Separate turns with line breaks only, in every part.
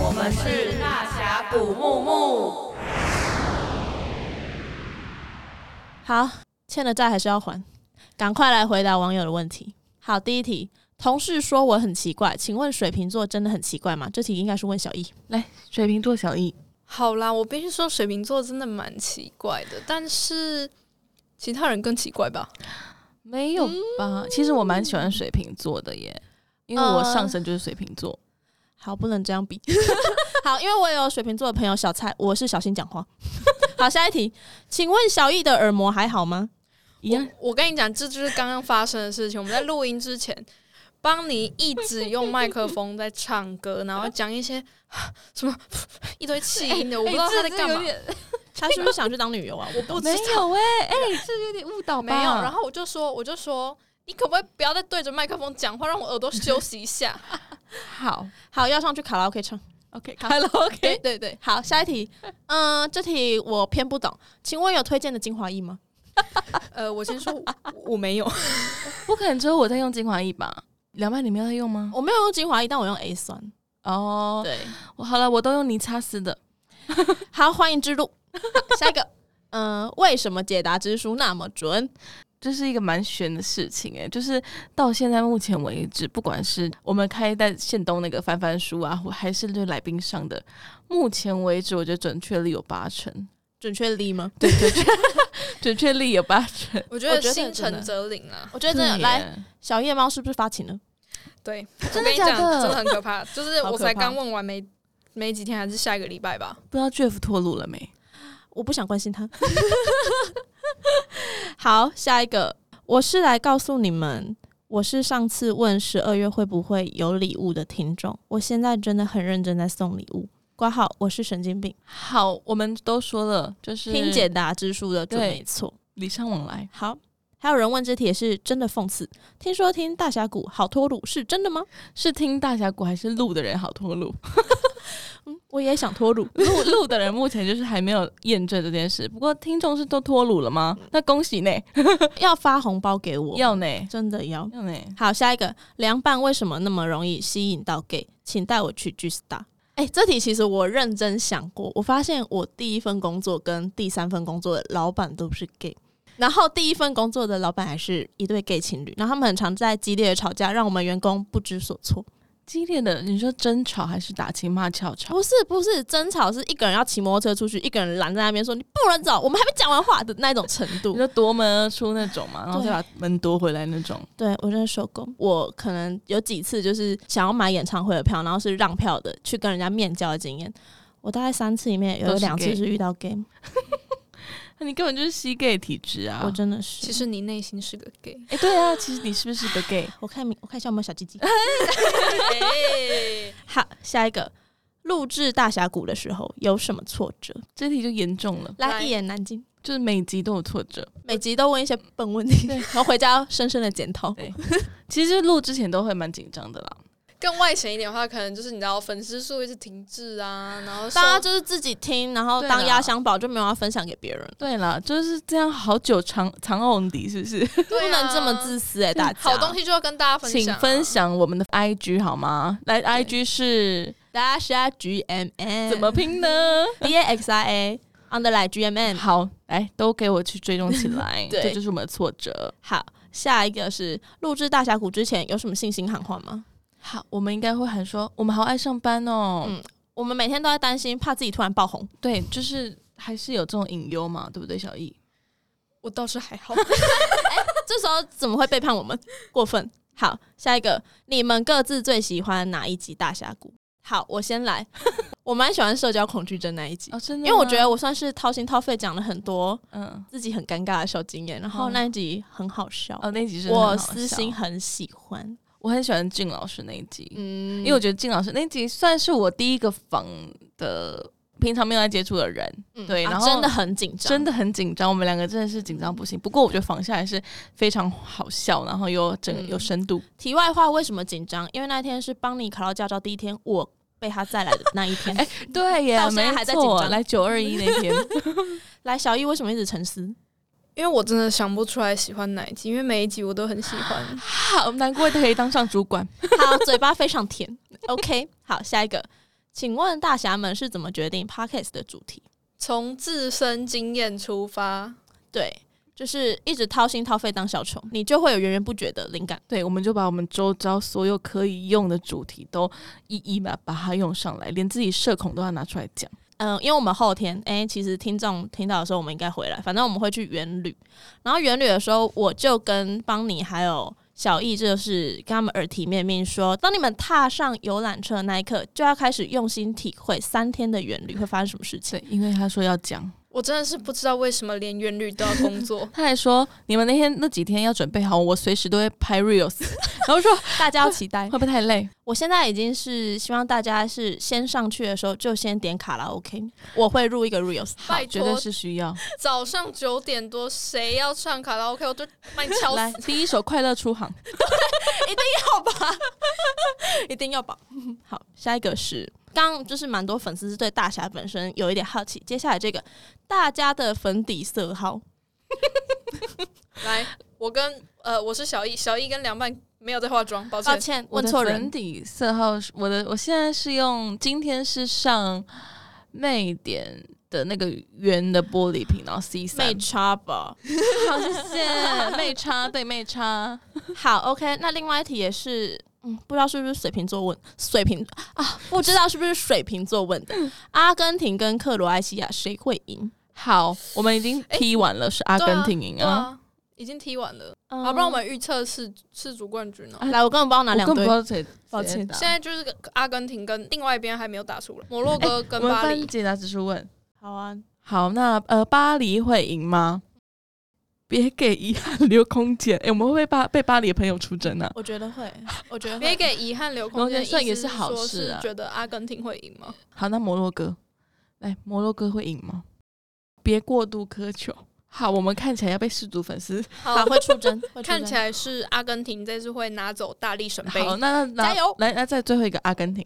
我们是大峡谷木木。
好，欠的债还是要还，赶快来回答网友的问题。好，第一题，同事说我很奇怪，请问水瓶座真的很奇怪吗？这题应该是问小易。
来，水瓶座小易，
好啦，我必须说水瓶座真的蛮奇怪的，但是其他人更奇怪吧？
没有吧？其实我蛮喜欢水瓶座的耶，因为我
呃
上身就是水瓶座。
好，不能这样比。 好，因为我有水瓶座的朋友小蔡，我是小心讲话。 好，下一题，请问小易的耳膜还好吗？
一样
我跟你讲，这就是刚刚发生的事情。我们在录音之前，邦尼一直用麦克风在唱歌，然后讲一些 什么一堆气 音嗯
哎
的，我不知道
哎
他在干嘛。
他是不是想去当女友啊？我不知
没有哎、哎、这有点啊误导吧？
没有，然后我就说，我就说，你可不可以不要再对着麦克风讲话，让我耳朵休息一下？
好
好，要上去卡拉 OK 唱。
，OK，
好
开了 OK，
对对对，
好，下一题，嗯、这题我偏不懂，请问有推荐的精华液吗？
呃，我先说，我我没有，
不可能只有我在用精华液吧？凉拌你们有在用吗？
我没有用精华液，但我用 A 酸。
哦，
对，
我好了，我都用泥擦丝的。
好，欢迎之路。 下一个，嗯、为什么解答之书那么准？
这是一个蛮悬的事情哎、就是到现在目前为止，不管是我们开在县东那个翻翻书啊，或还是对来宾上的，目前为止我觉得准确率有八成，
准确力吗？
对准确准确率有八成。
我觉
我
得
觉得
心
真的
诚则灵啊。
我觉得真的，
对
来，
耶，
小夜猫是不是发情了？
对，
真
我
的
跟你
假
讲，
的
真的很可怕。就是
好
我
可
才
怕
刚问完没没几天，还是下一个礼拜吧。
不知道 Jeff 脱乳了没？
我不想关心他。 好，下一个，我是来告诉你们，我是上次问十二月会不会有礼物的听众，我现在真的很认真在送礼物。挂号，我是神经病，
好，我们都说了，就是
听解答之书的准
对
没错。
礼尚往来。
好，还有人问这题也是真的讽刺，听说听大峡谷好脱乳是真的吗？
是听大峡谷还是录的人好脱乳？
我也想脱乳，
录 录的人目前就是还没有验证这件事。不过听众是都脱乳了吗？那恭喜呢，
要发红包给我，
要呢，
真的要。
要呢。
好，下一个凉拌为什么那么容易吸引到 gay？请带我去 G Star。哎、这题其实我认真想过，我发现我第一份工作跟第三份工作的老板都是 gay，然后第一份工作的老板还是一对 gay 情侣，然后他们很常在激烈的吵架，让我们员工不知所措。
激烈的，你说争吵还是打情骂俏吵？
不是不是争吵，是一个人要骑摩托车出去，一个人拦在那边说你不能走，我们还没讲完话的那种程
你
度。
说夺门而出那种嘛，然后再把门夺回来那种。
对我真的受够，我可能有几次就是想要买演唱会的票，然后是让票的，去跟人家面交的经验。我大概三次里面有
都是
两次
gay
是遇到 gay，
那啊你根本就是吸 gay 体质啊！
我真的
其
是。
实你内心是个 gay，
哎、对啊，其实你是不是个 gay？
我看明我看一下有没有小鸡鸡。好，下一个，录制大峡谷的时候有什么挫折？
这题就严重了，
来
来
一言难尽，
就是每集都有挫折。
每集都问一些笨问题，
对
然后回家要深深的检讨。
对其实录之前都会蛮紧张的啦。
更外显一点的话，可能就是你知道粉丝数一直停滞啊，然后
大家
收
就是自己听，然后
对
当
啦
压箱宝就没有要分享给别人。
对啦，就是这样，好久藏藏瓮底，是不是？
对
不
啊
能这么自私哎、大家
好东西就要跟大家分享
请
啊，
分享我们的 IG 好吗？来
对
，IG 是
大家是要 G M M
怎么拼呢？
D A X I A underline G M M
好，来都给我去追踪起来
嗯，对
这就是我们的挫折。
好，下一个是录制大峡谷之前有什么信心喊话吗？
好，我们应该会喊说，我们好爱上班哦。
嗯我们每天都在担心，怕自己突然爆红。
对，就是还是有这种隐忧嘛，对不对，小易？
我倒是还好，
这时候怎么会背叛我们？过分。好，下一个，你们各自最喜欢哪一集大峡谷？好，我先来， 我蛮喜欢社交恐惧症那一集，
哦，真
因
的吗，
为我觉得我算是掏心掏肺讲了很多
嗯，
自己很尴尬的小经验，然后
嗯
那一集很好笑，
哦，那一集是
我私心，很喜欢。
我很喜欢靳老师那一集，
嗯
因为我觉得靳老师那一集算是我第一个访的，平常没有来接触的人，对，
啊
然后
真的很紧张，
真的很紧张，我们两个真的是紧张不行。不过我觉得仿下来是非常好笑，然后有整、
嗯
有深度。
题外话，为什么紧张？因为那天是邦尼考到驾照第一天，我被他载来的那一天。
哎对耶
到现在
没
还在紧
错
张
来九二一那天，
来，小易为什么一直沉思？
因为我真的想不出来喜欢哪一集，因为每一集我都很喜欢。
好，难怪他可以当上主管。
好， 嘴巴非常甜。OK，好，下一个，请问大侠们是怎么决定 podcast 的主题？
从自身经验出发，
对，就是一直掏心掏肺当小丑，你就会有源源不绝的灵感。
对，我们就把我们周遭所有可以用的主题都一一把把它用上来，连自己社恐都要拿出来讲。
嗯、因为我们后天，诶，其实听众听到的时候，我们应该回来，反正我们会去元旅。然后元旅的时候，我就跟邦尼还有小易，就是跟他们耳提面命说，当你们踏上游览车的那一刻，就要开始用心体会三天的元旅会发生什么事情。
对，因为他说要讲，。
我真的是不知道为什么连元律都要工 作
他还说你们那天那几天要准备好，我随时都会拍 reels。然后说
大家要期待
会。不会太累？
我现在已经是希望大家是先上去的时候就先点卡拉 OK，我会入一个 reels。
拜
绝对
托，
是需要。
早上九点多谁要唱卡拉 OK，我都把你敲
来，
死。
第一首《快乐出航》，
一定要保。 好，下一个是刚刚就是蛮多粉丝是对大侠本身有一点好奇，接下来这个大家的粉底色号，
来，我跟呃，我是小易，小易跟凉拌没有在化妆，抱
抱
歉。
歉
我
问
的
错
粉
人，
底色号是我的，我现在是用今天是上魅点的那个圆的玻璃瓶，然后 C
没
三，
差吧？
好谢谢 妹叉，对 妹叉，
好，OK，那另外一题也是。嗯，不知道是不是水瓶座问水瓶啊？不知道是不是水瓶座问的。阿根廷跟克罗埃西亚谁会赢？
好，我们已经
哎
踢完了，是阿
对啊
根廷赢
对
啊，
啊，已经踢完了，啊
嗯
好，不然我们预测世世足冠军哦。
来，我根本不知道哪
我
啊两
更不
队
知。道谁，
抱歉
谁打
现在就是个阿根廷跟另外一边还没有打出来，摩洛哥跟
哎我们
巴黎
分。解答指数问，
好啊，
好，那呃，巴黎会赢吗？别给遗憾留空间，哎、我们会不会巴被巴黎的朋友出征啊？
我觉得会，我觉得
别
会。
给遗憾留空
空
间，
间这也
意思
是好
说
事啊
是觉得阿根廷会赢吗？
好，那摩洛哥，来，摩洛哥会赢吗？别过度苛求。好，我们看起来要被世足粉丝。
好，会出征，会出
看
征
起来是阿根廷这次会拿走大力神杯。
好，那那那
加油
来，那再最后一个阿根廷，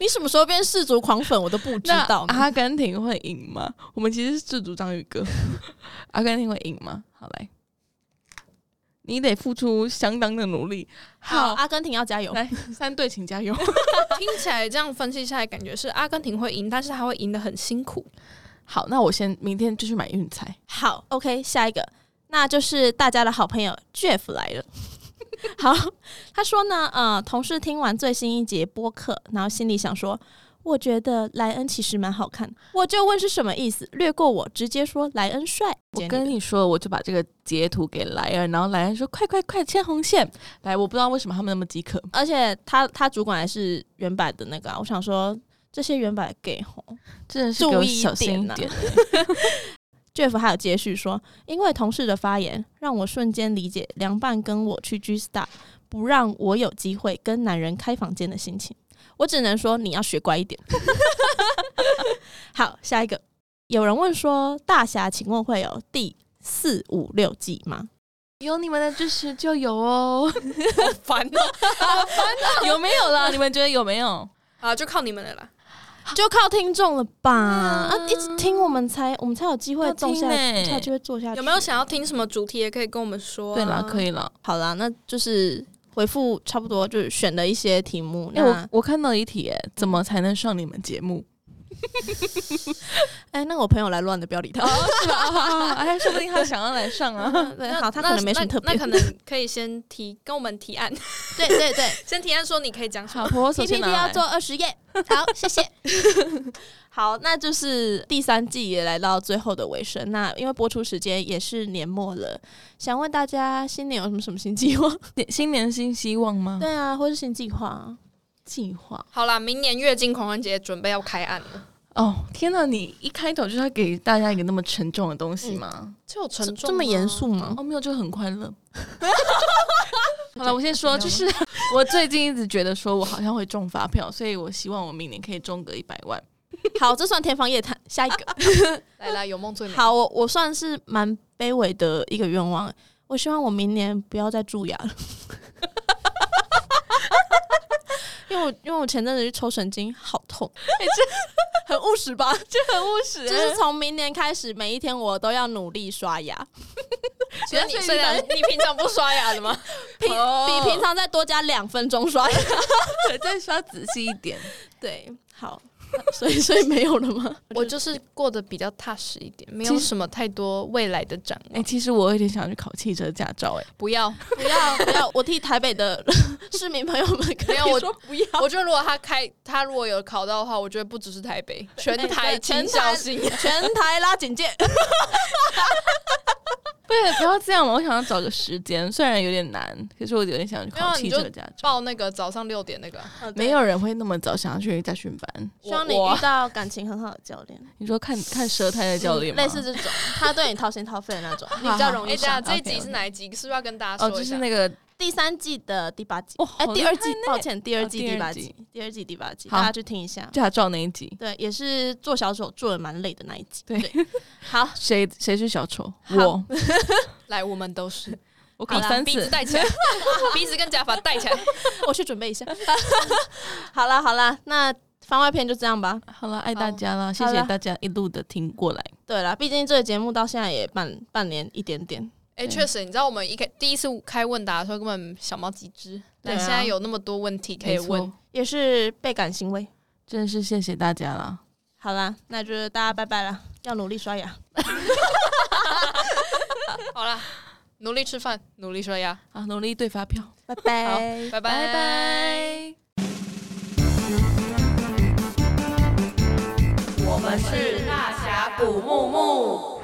你什么时候变世族狂粉，我都不知
那啊
道呢。
阿根廷会赢吗？我们其实是世足章鱼哥， 阿根廷会赢吗？好，来，你得付出相当的努力。
好，
好，
阿根廷要加油。
来，三队请 加油。
听起来这样分析下来，感觉是阿根廷会赢，但是他会赢得很辛苦。
好，那我先明天就去买运彩。
好，OK，下一个，那就是大家的好朋友 Jeff 来 了。好，他说呢，呃，同事听完最新一节播客，然后心里想说，我觉得莱恩其实蛮好看，我就问是什么意思，略过我，直接说莱恩帅。
我跟你说，我就把这个截图给莱恩，然后莱恩说：“快快快，牵红线！”来，我不知道为什么他们那么饥渴，
而且他他主管还是原版的那个、啊，我想说这些原版的 gay 吼，
真的是给我
注意一
小心一
点啊
点。
Jeff 还有接续说，因为同事的发言，让我瞬间理解凉拌跟我去 G Star 不让我有机会跟男人开房间的心情。我只能说你要学乖一点。 好，下一个，有人问说，大侠，请问会有第四五六季吗？
有你们的支持就有哦，
烦哦，好烦 哦！
有没有啦？你们觉得有没有？
啊，就靠你们了啦。
就靠听众了吧？
啊
啊，一直听我们才，我们才有机会
要听
种下，
欸
才有机会做下去。
有没有想要听什么主题，也可以跟我们说、啊
对啦，可
以。
以啦。
好啦，那就是回复差不多，就是选了一些题目。
哎、
那
我我看到一题、哎，怎么才能上你们节目？
哎、那我朋友来乱的，不要理他。
是吧？哎，说不定他想要来上啊。
对，
那
好，他可能没什么特别。
那那可能可以先提跟我们提案，
对对 对
先提案说你可以讲什么。
好，婆婆首先拿
，PPT
来
要做二十页。好，谢谢。 好，那就是第三季也来到最后的尾声。那因为播出时间也是年末了，想问大家新年有什么什么新计划？
新 年新希望吗？
对啊，或是新计划？
计划
好啦，明年月经狂欢节准备要开案了，
哦，天哪！你一开头就要给大家一个那么沉重的东西吗？
这有沉
这这么严肃？吗？
哦，没有，就很快乐。好了，我先说，就是我最近一直觉得说我好像会中发票，所以我希望我明年可以中个一百万。
好，这算天方夜谭。下一个，
来来，有梦最美。
好，我我算是蛮卑微的一个愿望。我希望我明年不要再蛀牙了， 因为我因为我前阵子去抽神经，好痛。 很务实吧？
很务实
哎就
欸
是从明年开始，每一天我都要努力刷牙，
所以你虽然你平常不刷牙的吗？
平、
哦
比平常再多加两分钟刷牙。
再刷仔细一点。
对，好，所以所以没有了吗？
我就是过得比较踏实一点，没
其
有
实
什么太多未来的展
哎、
望。
其实我有点想去考汽车驾照、哎，
不要，
不要不要，啊我替台北的 市民朋友们跟
没有
你
我
说不要。
我觉得如果他开，他如果有考到的话，我觉得不只是台北，哎全
对
台
全
请
台
小心。
全台拉 警戒，
不是不要这样嘛！我想要找个时间，虽然有点难，可是我有点想去
没有
考
啊
汽
你就
车驾照。
报那个早上六点那个，
没有人会那么早想要去驾训班。
哦希望你
我
遇到感情很好的教练，
你说看看舌苔的教练吗？
类 似这种，他对你掏心掏肺的那种，你比较容
哎，
易
等下
上。
这一
OK，OK
集是哪一集？是不是要跟大家
哦，
说
就
一
是
下？
那个
第三季的第八集
哇，
哎，
好
第
厉
二
害
季，抱歉，第二季
哦第二
第八
集
集，第二季第八集，
好
大家去听一下。
驾照那一集，
对，也是做小手做的蛮累的那一集。
对
好，
谁谁是小丑？
好
我，
来，我们 都是
我
好
考
啦
三
鼻子
次。
戴起来，鼻子跟假发戴起来。
我去准备一下。 好啦好啦，那番外篇就这样吧。
好了，爱大
好
家啦，谢
好
谢
啦
大家一路的听过来。
对啦，毕竟这个节目到现在也半半年一点点，
哎，
对
确实，你知道我们一开第一次开问答的时候，根本小猫几只。
对
但
啊
现在有那么多问题可以
没错
问，，
也是倍感欣慰。
真的是谢谢大家啦。
好啦，那就是大家拜拜啦，要努力刷牙。
好啦，努力吃饭，努力刷牙，
啊，努力对发票。
拜拜。
拜
拜拜。
啊我们是大峡谷木木。